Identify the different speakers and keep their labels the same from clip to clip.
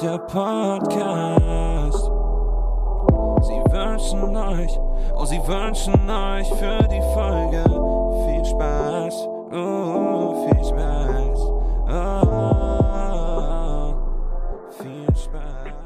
Speaker 1: der Podcast. Sie wünschen euch, oh, sie wünschen euch für die Folge viel Spaß, oh, viel Spaß, oh, viel Spaß.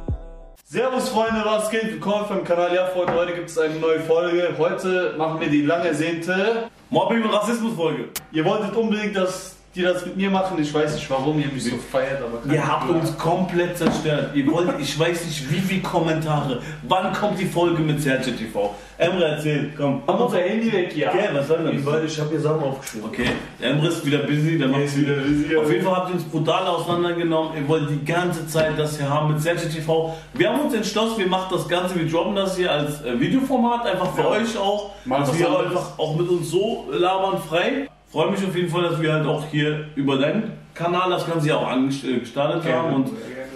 Speaker 2: Servus Freunde, was geht? Willkommen beim Kanal Ja Freunde, heute gibt es eine neue Folge. Heute machen wir die lang ersehnte.
Speaker 3: Mobbing und Rassismus-Folge.
Speaker 2: Ihr wolltet unbedingt, dass die das mit mir machen. Ich weiß nicht warum, ihr mich so feiert, aber keine
Speaker 3: Ihr habt
Speaker 2: Ahnung.
Speaker 3: uns komplett zerstört. Ihr wollt, ich weiß nicht, wie viele Kommentare. Wann kommt die Folge mit Sergio TV? Emre, erzähl, komm.
Speaker 2: Haben unser Handy weg, ja.
Speaker 3: Okay, was soll das?
Speaker 4: Ich habe hier Sachen aufgeschrieben.
Speaker 3: Okay, Emre ist wieder busy, dann macht's wieder. Auf jeden Fall habt ihr uns brutal auseinandergenommen. Ihr wollt die ganze Zeit das hier haben mit Sergio TV. Wir haben uns entschlossen, wir machen das Ganze, wir droppen das hier als äh, Videoformat, einfach für
Speaker 2: Ja.
Speaker 3: euch auch.
Speaker 2: Mal
Speaker 3: dass
Speaker 2: was
Speaker 3: wir
Speaker 2: anderes.
Speaker 3: einfach auch mit uns so labern frei. Freue mich auf jeden Fall, dass wir halt auch hier über deinen Kanal das Ganze ja auch angestartet haben. Und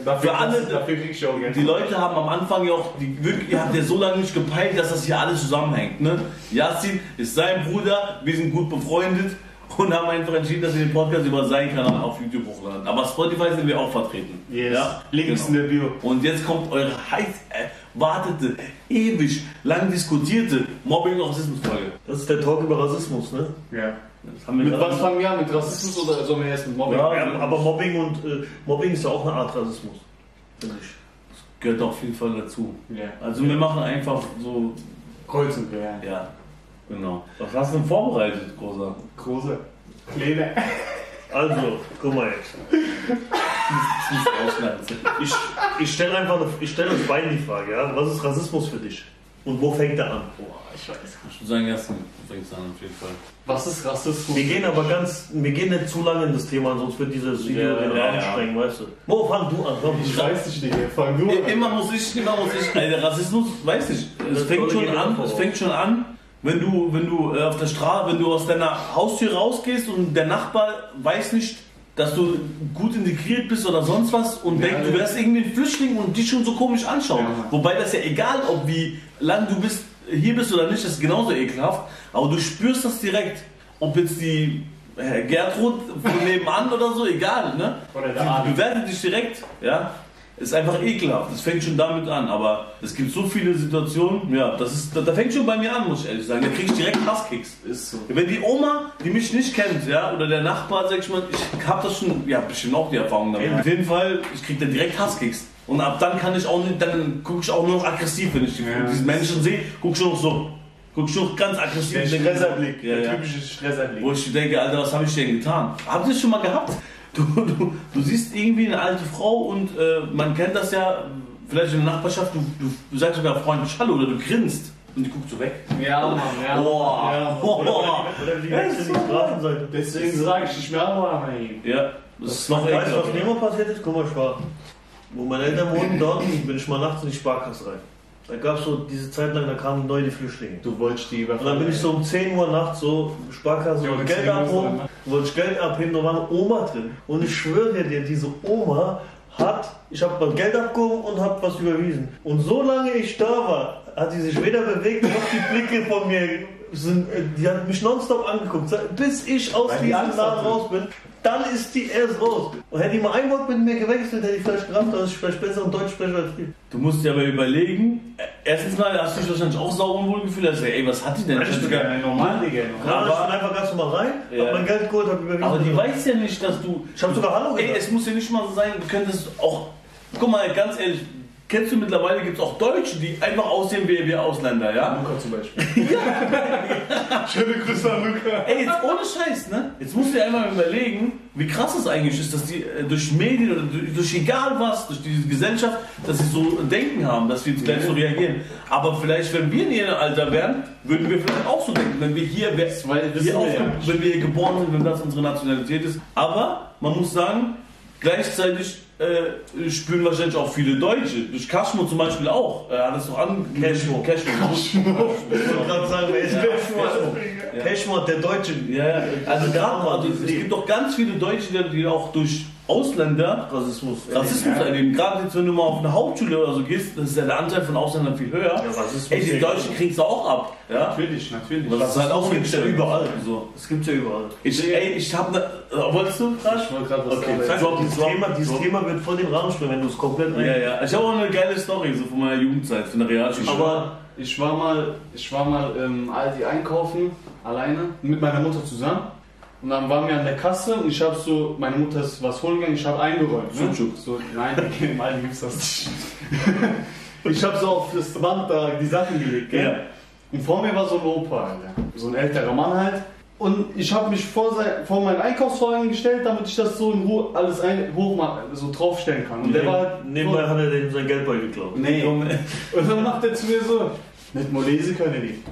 Speaker 2: dafür,
Speaker 3: für alle-
Speaker 2: dafür krieg ich auch Geld.
Speaker 3: die Leute haben am Anfang ja auch, die, wirklich, ihr habt ja so lange nicht gepeilt, dass das hier alles zusammenhängt. Ne? Yassin ist sein Bruder, wir sind gut befreundet und haben einfach entschieden, dass wir den Podcast über seinen Kanal auf YouTube hochladen. Aber Spotify sind wir auch vertreten.
Speaker 2: Yes.
Speaker 3: Ja?
Speaker 2: Links
Speaker 3: Genau.
Speaker 2: in der Bio.
Speaker 3: Und jetzt kommt eure heiß erwartete, ewig lang diskutierte Mobbing- und Rassismus-Folge.
Speaker 4: Das ist der Talk über Rassismus, ne?
Speaker 2: Ja.
Speaker 3: Das haben wir
Speaker 2: Mit
Speaker 3: gerade-
Speaker 2: was fangen wir an? Mit Rassismus oder sollen wir erst mit Mobbing?
Speaker 4: Ja, aber Mobbing und äh, Mobbing ist ja auch eine Art Rassismus, finde ich.
Speaker 3: Gehört auf jeden Fall dazu.
Speaker 2: Ja.
Speaker 3: Also wir machen einfach so,
Speaker 2: Kreuzen wir, ja.
Speaker 3: ja, genau. Was hast du denn vorbereitet, Großer?
Speaker 2: Große. Kleine.
Speaker 4: Also, guck mal jetzt.
Speaker 3: Nicht ausschneiden.
Speaker 4: Ich, ich stelle einfach, eine- ich stelle uns beiden die Frage, ja? Was ist Rassismus für dich? Und wo fängt er an?
Speaker 2: Boah, ich weiß.
Speaker 3: Ich würde sagen, erst fängt an, auf jeden Fall.
Speaker 2: Was ist Rassismus?
Speaker 4: Wir gehen aber ganz, wir gehen nicht zu lange in das Thema an, sonst wird dieses Video
Speaker 3: Ja,
Speaker 4: den
Speaker 3: ja,
Speaker 4: Rahmen
Speaker 3: ja.
Speaker 4: sprengen, weißt du. Wo fang du an? Komm.
Speaker 2: Ich weiß nicht, Digga. Fang du an.
Speaker 3: Immer muss ich, immer muss ich. Also Rassismus, weiß ich. Es
Speaker 4: Das
Speaker 3: fängt
Speaker 4: soll
Speaker 3: schon
Speaker 4: jeder
Speaker 3: an,
Speaker 4: vor.
Speaker 3: es fängt schon an, wenn du, wenn du äh, auf der Straße, wenn du aus deiner Haustür rausgehst und der Nachbar weiß nicht, dass du gut integriert bist oder sonst was und denkt, du wärst irgendwie ein Flüchtling und dich schon so komisch anschauen.
Speaker 2: Ja.
Speaker 3: Wobei das ja egal, ob wie lang du bist, hier bist oder nicht, das ist genauso ekelhaft. Aber du spürst das direkt. Ob jetzt die äh, Gertrud von nebenan oder so, egal, ne?
Speaker 2: Oder der
Speaker 3: Die
Speaker 2: Adi.
Speaker 3: bewertet dich direkt, ja. Ist einfach ekelhaft. Es fängt schon damit an, aber es gibt so viele Situationen, ja, das ist, da, da fängt schon bei mir an, muss ich ehrlich sagen. Da krieg ich direkt Hasskicks.
Speaker 2: Ist so.
Speaker 3: Wenn die Oma, die mich nicht kennt, ja, oder der Nachbar, sag ich mal, ich hab das schon, ja, bestimmt auch die Erfahrung damit. Auf jeden Fall, ich krieg da direkt Hasskicks. Und ab dann kann ich auch nicht, dann guck ich auch nur noch aggressiv, wenn ich die,
Speaker 2: Ja.
Speaker 3: diesen Menschen sehe, guck ich nur noch so. Guck ich nur noch ganz aggressiv.
Speaker 2: Der
Speaker 3: und denke mir so,
Speaker 2: Stresserblick.
Speaker 3: Ja,
Speaker 2: Der
Speaker 3: ja.
Speaker 2: typische Stresserblick.
Speaker 3: Wo ich denke, Alter, was habe ich denn getan? Habt ihr das schon mal gehabt? Du, du, du siehst irgendwie eine alte Frau und äh, man kennt das ja, vielleicht in der Nachbarschaft, du, du, du sagst sogar freundlich Hallo oder du grinst und die guckt so weg.
Speaker 2: Ja, Mann, ja.
Speaker 3: Boah.
Speaker 2: Ja.
Speaker 3: Boah.
Speaker 4: Oder die wechseln die Straßenseite.
Speaker 2: Deswegen sage ich nicht mehr Arme nein.
Speaker 3: Ja, das ist noch
Speaker 4: Weißt du,
Speaker 3: ekelhaft.
Speaker 4: was mir immer passiert ist? Guck mal, ich war, wo meine Eltern wohnten, dort bin ich mal nachts in die Sparkasse rein. Da gab es so diese Zeit lang, da kamen neu die Flüchtlinge.
Speaker 2: Du wolltest die
Speaker 4: Und dann bin ich so um 10 Uhr nachts so Sparkasse
Speaker 2: Ja,
Speaker 4: und
Speaker 2: um
Speaker 4: Geld
Speaker 2: 10 Uhr
Speaker 4: abholen,
Speaker 2: dann,
Speaker 4: wollte ich Geld abheben, da war eine Oma drin. Und ich schwöre dir, diese Oma hat, ich habe mal Geld abgehoben und habe was überwiesen. Und solange ich da war, hat sie sich weder bewegt, noch die Blicke von mir sind, äh, die hat mich nonstop angeguckt, Seit- bis ich aus
Speaker 2: Weil die
Speaker 4: diesem
Speaker 2: Angst
Speaker 4: Laden
Speaker 3: ne?
Speaker 2: hatte.
Speaker 4: raus bin. Dann ist die erst raus. Und hätte die mal ein Wort mit mir gewechselt, hätte ich vielleicht gedacht, dass ich vielleicht besser und Deutsch spreche als die.
Speaker 3: Du musst dir aber überlegen, äh, erstens mal hast du dich wahrscheinlich auch sauer unwohl gefühlt, hast gesagt, ey, was hat die denn?
Speaker 2: Das ist sogar ein normal, Digga.
Speaker 4: Dann
Speaker 3: Aber-
Speaker 4: bin ich dann einfach ganz normal rein,
Speaker 3: Ja.
Speaker 4: hab mein Geld geholt, hab überwiesen.
Speaker 3: Aber die weiß ja nicht, dass du.
Speaker 4: Ich hab sogar Hallo
Speaker 3: Ey,
Speaker 4: gesagt.
Speaker 3: es muss ja nicht mal so sein, du könntest auch. Guck mal, ganz ehrlich, kennst du mittlerweile gibt es auch Deutsche, die einfach aussehen wie wir Ausländer, ja?
Speaker 2: Luca zum Beispiel. Schöne Grüße an Luca.
Speaker 3: Ey, jetzt ohne Scheiß, ne? Jetzt musst du dir einmal überlegen, wie krass es eigentlich ist, dass die äh, durch Medien oder durch, durch egal was, durch diese Gesellschaft, dass sie so Denken haben, dass wir jetzt gleich so reagieren. Aber vielleicht, wenn wir in ihrem Alter wären, würden wir vielleicht auch so denken, wenn wir hier, wär,
Speaker 2: Weil das
Speaker 3: hier
Speaker 2: sind wir
Speaker 3: aufge-
Speaker 2: ja nicht.
Speaker 3: wenn wir hier geboren sind, wenn das unsere Nationalität ist. Aber man muss sagen, gleichzeitig äh, spüren wahrscheinlich auch viele Deutsche. Durch Kaschmo zum Beispiel auch. Äh, hat das noch an. Cashmo. Cashmo.
Speaker 4: Ich wollte gerade sagen, wer ist Cashmore? Cashmore, der Deutsche.
Speaker 3: Ja, ja. also
Speaker 4: Ja,
Speaker 3: gerade mal,
Speaker 4: aber
Speaker 3: also, es
Speaker 4: die-
Speaker 3: gibt doch ganz viele Deutsche, die, die auch durch Ausländer
Speaker 4: Rassismus.
Speaker 3: Rassismus erleben. Gerade jetzt, wenn du mal auf eine Hauptschule oder so gehst, das ist ja der Anteil von Ausländern viel höher.
Speaker 4: Ja, Rassismus.
Speaker 3: Ey, die Deutschen kriegen's auch ab. Ja?
Speaker 2: Natürlich, natürlich.
Speaker 3: Das ist halt auch
Speaker 4: gibt's ja überall.
Speaker 3: So.
Speaker 4: Das gibt's ja überall.
Speaker 3: Ich, ey, ich hab ne. Äh, wolltest du
Speaker 2: Ich
Speaker 3: Crash?
Speaker 2: wollte gerade was
Speaker 3: Okay,
Speaker 2: sagen.
Speaker 3: sag mal,
Speaker 4: Dieses,
Speaker 3: sag-
Speaker 4: Thema, dieses Thema wird voll den Rahmen springen, wenn du es komplett
Speaker 3: Ja, ja. Ich habe auch eine geile Story so von meiner Jugendzeit, von der Realschule.
Speaker 2: Aber ich war mal, ich war mal im Aldi einkaufen, alleine, mit meiner Mutter zusammen. Und dann waren wir an der Kasse und ich habe so, meine Mutter ist was holen gegangen, ich habe eingeräumt. Ne?
Speaker 3: Sucuk.
Speaker 2: So, nein, im Aldi gibt's das nicht. ich habe so auf das Band da die Sachen gelegt, gell?
Speaker 3: Ja.
Speaker 2: Und vor mir war so ein Opa, Alter. so ein älterer Mann halt. Und ich habe mich vor, sein, vor meinen Einkaufswagen gestellt, damit ich das so in Ruhe alles ein, hoch mal, so draufstellen kann. Und der war halt
Speaker 4: Nebenbei hat er dem sein Geldbeutel geklaut.
Speaker 2: Nee. Und dann macht er zu mir so, nicht mal lesen können die.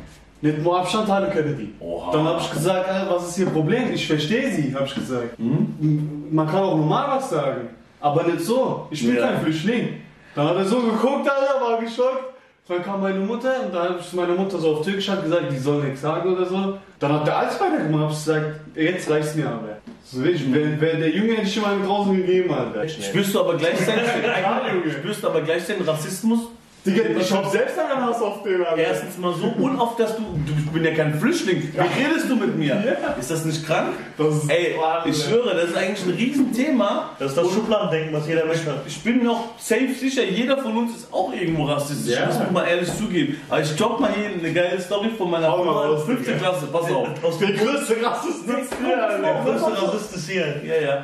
Speaker 2: Nicht mal Abstand halten können die.
Speaker 3: Oha.
Speaker 2: Dann hab ich gesagt, "Ey, was ist Ihr Problem? Ich verstehe Sie, hab ich gesagt.
Speaker 3: Hm?
Speaker 2: Man kann auch normal was sagen, aber nicht so. Ich bin
Speaker 3: Ja.
Speaker 2: kein Flüchtling. Dann hat er so geguckt, Alter, war geschockt. Dann kam meine Mutter und dann hab ich zu meiner Mutter so auf Türkisch halt gesagt, die soll nichts sagen oder so. Dann hat der alles weitergemacht, hab ich gesagt, jetzt reicht's mir aber. So,
Speaker 3: Mhm.
Speaker 2: ich, wenn, wenn der Junge hätte ich schon mal draußen gegeben, Alter.
Speaker 3: Spürst du aber gleichzeitig,
Speaker 2: Ja, Junge.
Speaker 3: spürst du aber gleichzeitig Rassismus?
Speaker 2: Digga, ich hab selbst einen Hass auf den, Alter.
Speaker 3: Erstens mal so unoft, dass du, du ich bin ja kein Flüchtling. Wie redest du mit mir? Ist das nicht krank?
Speaker 2: Das ist
Speaker 3: Ey,
Speaker 2: Wahnsinn.
Speaker 3: ich schwöre, das ist eigentlich ein Riesenthema.
Speaker 4: Das ist das Schubladendenken, was jeder Mensch hat.
Speaker 3: Ich bin noch safe sicher, jeder von uns ist auch irgendwo rassistisch.
Speaker 2: Ja.
Speaker 3: Das muss man ehrlich zugeben. Aber ich droppe mal hier eine geile Story von meiner
Speaker 2: Hau mal
Speaker 3: Frau
Speaker 2: raus,
Speaker 3: 5.
Speaker 2: Digga.
Speaker 3: Klasse. Pass auf.
Speaker 4: Aus dem
Speaker 2: größte Rassist nichts
Speaker 4: Der größte Rassist ist hier.
Speaker 3: Ja, ja.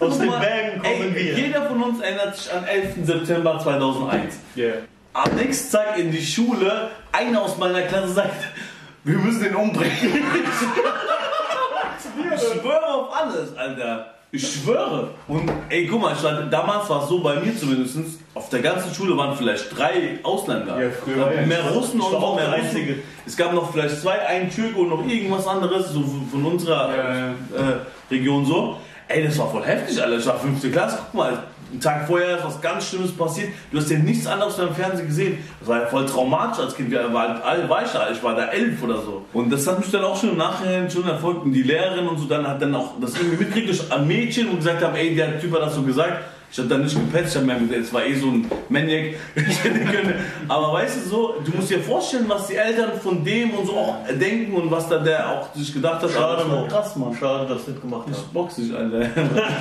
Speaker 4: Aus
Speaker 3: Guck
Speaker 4: den
Speaker 3: mal,
Speaker 4: Bergen kommen wir.
Speaker 3: Jeder von uns erinnert sich an 11. September 2001.
Speaker 2: Yeah.
Speaker 3: Am nächsten Tag in die Schule, einer aus meiner Klasse sagt, wir müssen den umbringen. ich schwöre auf alles, Alter. Ich schwöre. Und ey, guck mal, ich war, damals war es so bei mir zumindest, auf der ganzen Schule waren vielleicht drei Ausländer.
Speaker 2: Ja, früher war ja.
Speaker 3: mehr Russen
Speaker 4: Ich
Speaker 3: und
Speaker 4: war
Speaker 3: noch
Speaker 4: auch
Speaker 3: mehr
Speaker 4: der
Speaker 3: Einzige.
Speaker 4: Einzige.
Speaker 3: Es gab noch vielleicht zwei, einen Türke und noch irgendwas anderes, so von- von unserer
Speaker 2: Ja, ja.
Speaker 3: äh, Region so. Ey, das war voll heftig, Alter. Ich war 5. Klasse. Guck mal, einen Tag vorher ist was ganz Schlimmes passiert. Du hast ja nichts anderes beim Fernsehen gesehen. Das war ja voll traumatisch als Kind. Wir waren alle weicher. Ich war da elf oder so. Und das hat mich dann auch schon im Nachhinein schon erfolgt. Und die Lehrerin und so dann hat dann auch das irgendwie mitgekriegt durch ein Mädchen und gesagt haben, ey, der Typ hat das so gesagt. Ich hab dann nicht gepetzt, ich hab mir gesagt, es war eh so ein Maniac. Ich hätte können. Aber weißt du so, du musst dir vorstellen, was die Eltern von dem und so auch denken und was da der auch sich gedacht hat. Aber
Speaker 4: Schade,
Speaker 3: das war
Speaker 4: Mann.
Speaker 3: krass, Mann.
Speaker 4: Schade, dass du nicht gemacht
Speaker 3: Das
Speaker 4: hast.
Speaker 3: ist boxig, Alter.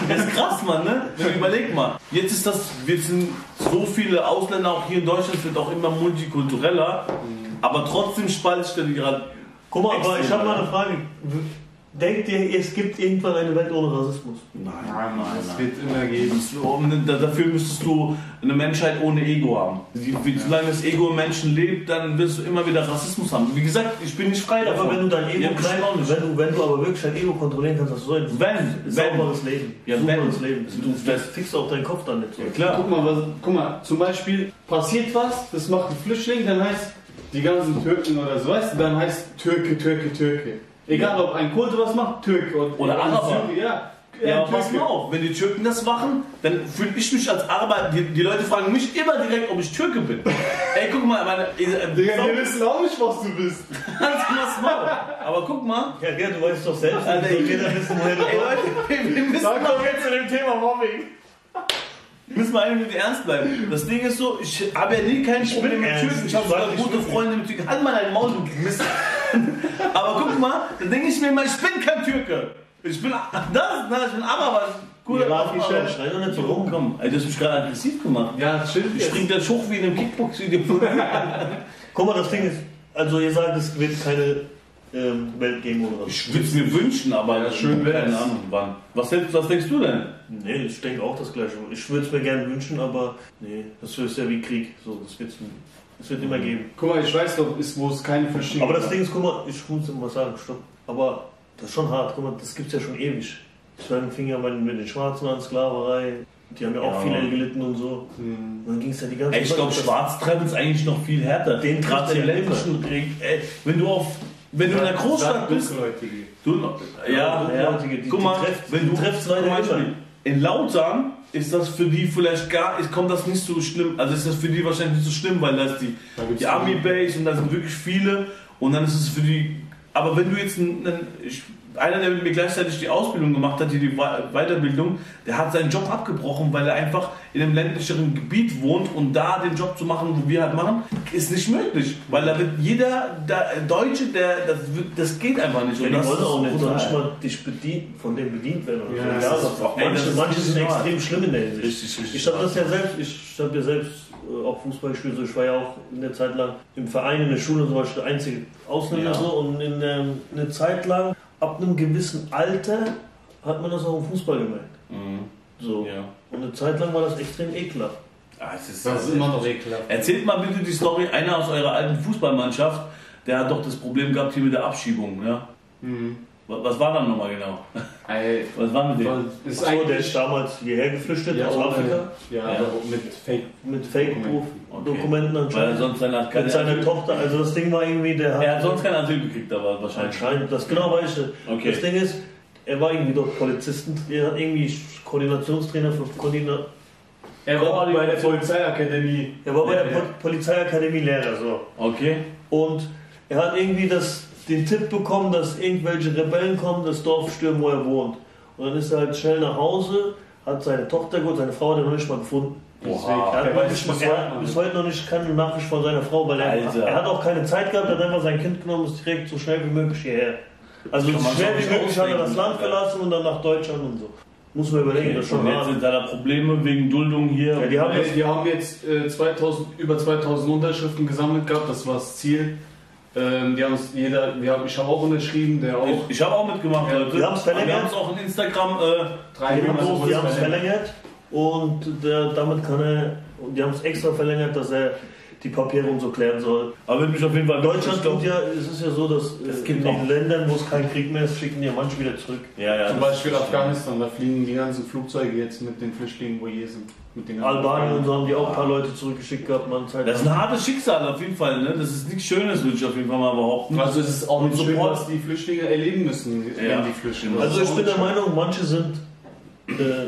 Speaker 3: Das ist krass, Mann, ne? Überleg mal. Jetzt ist das, wir sind so viele Ausländer, auch hier in Deutschland, es wird auch immer multikultureller. Aber trotzdem spaltet sich gerade.
Speaker 4: Mhm. Guck mal, aber ich
Speaker 3: Extrem,
Speaker 4: habe mal
Speaker 3: Alter.
Speaker 4: eine Frage. Denkt ihr, es gibt irgendwann eine Welt ohne Rassismus?
Speaker 3: Nein,
Speaker 2: Nein, nein, es wird immer geben.
Speaker 3: Um, da- Dafür müsstest du eine Menschheit ohne Ego haben. Die- wie- Solange das Ego im Menschen lebt, dann wirst du immer wieder Rassismus haben. Wie gesagt, ich bin nicht frei
Speaker 4: Ja,
Speaker 3: davon.
Speaker 4: aber wenn du dein Ego
Speaker 3: Ja,
Speaker 4: klein, wenn du, wenn du aber wirklich dein Ego kontrollieren kannst, was soll das?
Speaker 3: Wenn, wenn.
Speaker 4: Sauberes Leben.
Speaker 3: Ja,
Speaker 4: Sauberes
Speaker 3: wenn.
Speaker 4: Leben.
Speaker 3: Du-
Speaker 4: Du das fixt auch deinen Kopf dann nicht so.
Speaker 3: Klar.
Speaker 2: Guck mal, was, guck mal, zum Beispiel passiert was, das macht ein Flüchtling, dann heißt die ganzen Türken oder so, weißt du, dann heißt Türke, Türke, Türke. Egal, ob ein Kurde was macht, Türke. Und,
Speaker 3: Oder
Speaker 2: und
Speaker 3: Araber.
Speaker 2: Syrer, Ja,
Speaker 3: Ja,
Speaker 2: ja
Speaker 3: aber pass mal auf, wenn die Türken das machen, dann fühle ich mich als Araber. Die, die Leute fragen mich immer direkt, ob ich Türke bin. Ey, guck mal, meine. Äh,
Speaker 2: Digga,
Speaker 3: so-
Speaker 2: wir wissen auch nicht, was du bist.
Speaker 3: Ganz pass mal. Aber guck mal.
Speaker 4: Ja, gell, du weißt doch selbst,
Speaker 3: Alter,
Speaker 4: nicht,
Speaker 3: ich-
Speaker 4: so jeder wissen, woher du
Speaker 3: Ey
Speaker 4: kommst.
Speaker 3: Leute, wir, wir müssen,
Speaker 2: Dann kommen wir zu dem Thema Mobbing.
Speaker 3: müssen mal eine Minute ernst bleiben. Das Ding ist so, ich habe ja nie keinen Spiel mit
Speaker 4: Ernst,
Speaker 3: Türken. Ich
Speaker 4: ich
Speaker 3: habe sogar
Speaker 4: sag nicht
Speaker 3: gute
Speaker 4: wirklich.
Speaker 3: Freunde mit Türken. Halt mal dein Maul, du Mist. Aber guck mal, dann denke ich mir immer, ich bin kein Türke. Ich bin das, na, ich bin Araber. Guter
Speaker 4: Irakisch, ja, schrei doch nicht so rum.
Speaker 3: Komm, ey, du hast mich gerade aggressiv gemacht.
Speaker 2: Ja, stimmt.
Speaker 3: Ich spring das hoch wie in einem Kickbox-Video.
Speaker 4: Guck mal, das Ding ist, also ihr sagt, es wird keine ähm, Welt geben ohne Rassismus.
Speaker 3: Ich würde es mir wünschen, aber
Speaker 2: Ja, schön wär's.
Speaker 3: Keine Ahnung, wann. Was, hältst- was denkst du denn?
Speaker 4: Nee, ich denke auch das Gleiche. Ich würde es mir gerne wünschen, aber nee, das ist ja wie Krieg. So, das, wird's, das wird
Speaker 3: Mhm.
Speaker 4: immer geben.
Speaker 2: Guck mal, ich weiß doch, ist, wo es keine Flüchtlinge
Speaker 4: Aber das Ding ist, guck mal, ich muss immer sagen, stopp. Aber das ist schon hart, guck mal, das gibt's ja schon ewig. Ich meine, fing ja mal mit den Schwarzen an, Sklaverei. Die haben ja auch
Speaker 3: Ja.
Speaker 4: viele gelitten und so. Und dann ging's ja die ganze
Speaker 3: Ey, ich glaube,
Speaker 4: das-
Speaker 3: Schwarztreiben ist eigentlich noch viel härter.
Speaker 4: Den
Speaker 3: gerade
Speaker 4: trifft's
Speaker 3: im
Speaker 4: ja
Speaker 3: ländlichen Krieg. Ey, wenn du auf. Wenn du in der Großstadt bist. Du, ja,
Speaker 4: Ja,
Speaker 3: ja.
Speaker 4: die- die-
Speaker 3: guck mal,
Speaker 4: die trifft's-
Speaker 3: wenn du
Speaker 4: die trifft's
Speaker 3: zum
Speaker 4: leider
Speaker 3: Beispiel
Speaker 4: immer.
Speaker 3: in Lautern ist das für die vielleicht gar, ist, kommt das nicht so schlimm, also ist das für die wahrscheinlich nicht so schlimm, weil da ist die,
Speaker 2: Da gibt's
Speaker 3: die Army Base und da sind wirklich viele und dann ist es für die, aber wenn du jetzt, einen, einen- ich einer, der mit mir gleichzeitig die Ausbildung gemacht hat, die, die Wa- Weiterbildung, der hat seinen Job abgebrochen, weil er einfach in einem ländlicheren Gebiet wohnt und da den Job zu machen, wo wir halt machen, ist nicht möglich. Weil da wird jeder da, Deutsche, der, das, wird- das geht einfach nicht.
Speaker 4: Ja,
Speaker 3: Und
Speaker 4: die
Speaker 3: das
Speaker 4: wollen
Speaker 3: ist
Speaker 4: auch nicht
Speaker 3: brutal.
Speaker 4: manchmal dich bedienen, von dem bedient werden. oder so.
Speaker 2: Ja, das
Speaker 4: ja,
Speaker 2: ist
Speaker 4: das
Speaker 3: auch- ey, das
Speaker 4: manche,
Speaker 3: ist
Speaker 4: manche sind
Speaker 3: brutal.
Speaker 4: extrem schlimm in der Hinsicht.
Speaker 3: Richtig, richtig.
Speaker 4: Ich habe das ja selbst, ich habe ja selbst äh, auch Fußball gespielt, so ich war ja auch in der Zeit lang im Verein, in der Schule und so war ich der einzige Ausländer
Speaker 3: Ja.
Speaker 4: so und in der, eine Zeit lang, ab einem gewissen Alter, hat man das auch im Fußball gemerkt.
Speaker 3: Mhm.
Speaker 4: So.
Speaker 3: Ja.
Speaker 4: Und eine Zeit lang war das extrem ekelhaft.
Speaker 3: Ah, es ist,
Speaker 2: Das ist immer noch ekelhaft.
Speaker 3: Erzählt mal bitte die Story einer aus eurer alten Fußballmannschaft, der hat doch das Problem gehabt hier mit der Abschiebung. Ne?
Speaker 2: Mhm.
Speaker 3: Wa- Was war dann nochmal genau?
Speaker 2: Ey,
Speaker 3: Was war mit dem?
Speaker 2: das ist
Speaker 4: Ach so, der
Speaker 2: eigentlich
Speaker 4: ist damals hierher geflüchtet
Speaker 2: ja,
Speaker 4: aus
Speaker 2: ohne-
Speaker 4: Afrika
Speaker 2: Ja,
Speaker 3: Ja.
Speaker 2: aber mit Fake.
Speaker 4: mit Fake-Dokumenten
Speaker 3: Weil er
Speaker 4: anscheinend.
Speaker 3: sonst seine,
Speaker 4: Mit seiner Tochter, also das Ding war irgendwie, der
Speaker 3: er hat sonst kein Asyl gekriegt, aber wahrscheinlich.
Speaker 4: Anscheinend, das genau weiß ich.
Speaker 3: Okay.
Speaker 4: Das Ding ist, er war irgendwie doch Polizisten, er hat irgendwie Koordinationstrainer für Koordina
Speaker 2: Er war bei der Polizeiakademie.
Speaker 4: Er war bei
Speaker 3: Ja,
Speaker 4: der
Speaker 3: ja.
Speaker 4: Pol Polizeiakademie Lehrer, so.
Speaker 3: Okay.
Speaker 4: Und er hat irgendwie das, den Tipp bekommen, dass irgendwelche Rebellen kommen, das Dorf stürmen, wo er wohnt. Und dann ist er halt schnell nach Hause, hat seine Tochter geholt, seine Frau hat er noch nicht mal gefunden. Er
Speaker 2: Oha.
Speaker 4: hat
Speaker 2: Der
Speaker 4: noch
Speaker 2: weiß
Speaker 4: nicht,
Speaker 2: bis
Speaker 4: er hat bis
Speaker 2: heute.
Speaker 4: heute noch nicht keine Nachricht von seiner Frau, weil er,
Speaker 3: Alter.
Speaker 4: er hat auch keine Zeit gehabt, er hat einfach sein Kind genommen und ist direkt so schnell wie möglich hierher. Also
Speaker 3: Kann
Speaker 4: so
Speaker 3: man
Speaker 4: schnell
Speaker 3: sich
Speaker 4: wie
Speaker 3: auch
Speaker 4: möglich hat er das
Speaker 3: ausdenken,
Speaker 4: Land
Speaker 3: Alter.
Speaker 4: verlassen und dann nach Deutschland und so. Muss man überlegen, das ist schon
Speaker 3: Und jetzt
Speaker 4: hart.
Speaker 3: sind da da Probleme wegen Duldung hier.
Speaker 4: Ja, die haben
Speaker 2: Die haben jetzt äh, 2000, über 2000 Unterschriften gesammelt gehabt, das war das Ziel. Ähm, die haben's jeder, wir haben, ich habe auch unterschrieben, der auch.
Speaker 3: ich ich habe auch mitgemacht,
Speaker 2: Ja,
Speaker 3: Leute.
Speaker 4: wir haben's verlängert.
Speaker 3: Wir haben es auch in Instagram. Äh,
Speaker 2: Drei
Speaker 4: Die haben
Speaker 2: Monate
Speaker 4: es- die haben es
Speaker 2: Fußball-
Speaker 4: verlängert und der, damit kann er, und die haben es extra verlängert, dass er die Papiere und so klären soll.
Speaker 3: aber würde mich auf jeden Fall.
Speaker 4: In Deutschland
Speaker 3: glaub-
Speaker 4: tut ja, es ist ja so, dass äh,
Speaker 3: Das
Speaker 4: in
Speaker 3: gibt
Speaker 4: den
Speaker 3: auch.
Speaker 4: Ländern, wo es keinen Krieg mehr ist, schicken die manche wieder zurück.
Speaker 3: ja, ja,
Speaker 2: Zum
Speaker 3: das-
Speaker 2: Beispiel Afghanistan, da fliegen die ganzen Flugzeuge jetzt mit den Flüchtlingen, wo je sind. Mit den ganzen
Speaker 4: Albanien und so haben die auch ein paar
Speaker 3: Ja.
Speaker 4: Leute zurückgeschickt gehabt, man Zeit.
Speaker 3: Das ist
Speaker 4: lang.
Speaker 3: ein hartes Schicksal auf jeden Fall. Ne? Das ist nichts Schönes, würde ich auf jeden Fall mal behaupten.
Speaker 2: Also es ist auch nicht schön,
Speaker 3: Support.
Speaker 2: was die Flüchtlinge erleben müssen,
Speaker 3: Ja.
Speaker 2: wenn die flüchten.
Speaker 4: also ich bin der Meinung, manche sind. Äh,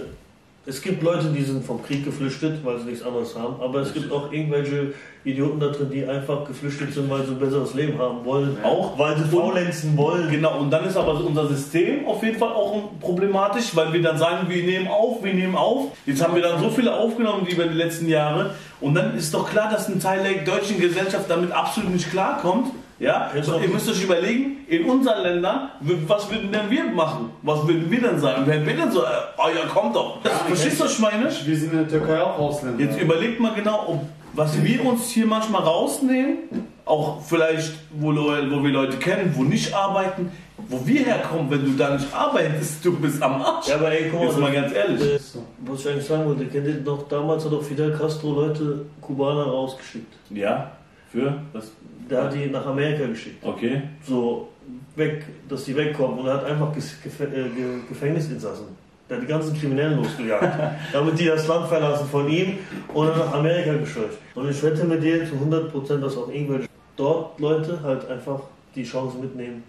Speaker 4: es gibt Leute, die sind vom Krieg geflüchtet, weil sie nichts anderes haben, aber es gibt auch irgendwelche Idioten da drin, die einfach geflüchtet sind, weil sie ein besseres Leben haben wollen.
Speaker 3: Auch
Speaker 4: Weil sie faulenzen wollen.
Speaker 3: Genau, und dann ist aber so unser System auf jeden Fall auch problematisch, weil wir dann sagen, wir nehmen auf, wir nehmen auf. Jetzt haben wir dann so viele aufgenommen die über die letzten Jahre und dann ist doch klar, dass ein Teil der deutschen Gesellschaft damit absolut nicht klarkommt. Ja,
Speaker 4: Ja,
Speaker 3: so,
Speaker 4: doch.
Speaker 3: ihr müsst euch überlegen, in unseren Ländern, w- was würden denn wir machen? Was würden wir denn sagen? Wer wäre denn so, äh, oh ja, kommt doch. Das,
Speaker 2: Ja,
Speaker 3: verstehst du, was ich meine?
Speaker 2: Wir sind in der Türkei auch Ausländer.
Speaker 3: Jetzt überlegt mal genau, ob, was wir uns hier manchmal rausnehmen, auch vielleicht, wo, Leu- wo wir Leute kennen, wo nicht arbeiten, wo wir herkommen, wenn du da nicht arbeitest, du bist am Arsch.
Speaker 4: Ja, aber ey, guck mal,
Speaker 3: Jetzt mal ganz ehrlich.
Speaker 4: äh, was ich eigentlich sagen wollte, kennt ihr noch, damals hat doch Fidel Castro Leute, Kubaner rausgeschickt.
Speaker 3: Ja, für das,
Speaker 4: Der hat die nach Amerika geschickt.
Speaker 3: okay.
Speaker 4: So, weg, dass die wegkommen. Und er hat einfach Ges- Gef äh, Ge- Gefängnisinsassen. Der hat die ganzen Kriminellen losgejagt. damit die das Land verlassen von ihm und dann nach Amerika gescheucht. Und ich wette mit dir zu 100%, dass auch irgendwelche dort Leute halt einfach die Chance mitnehmen.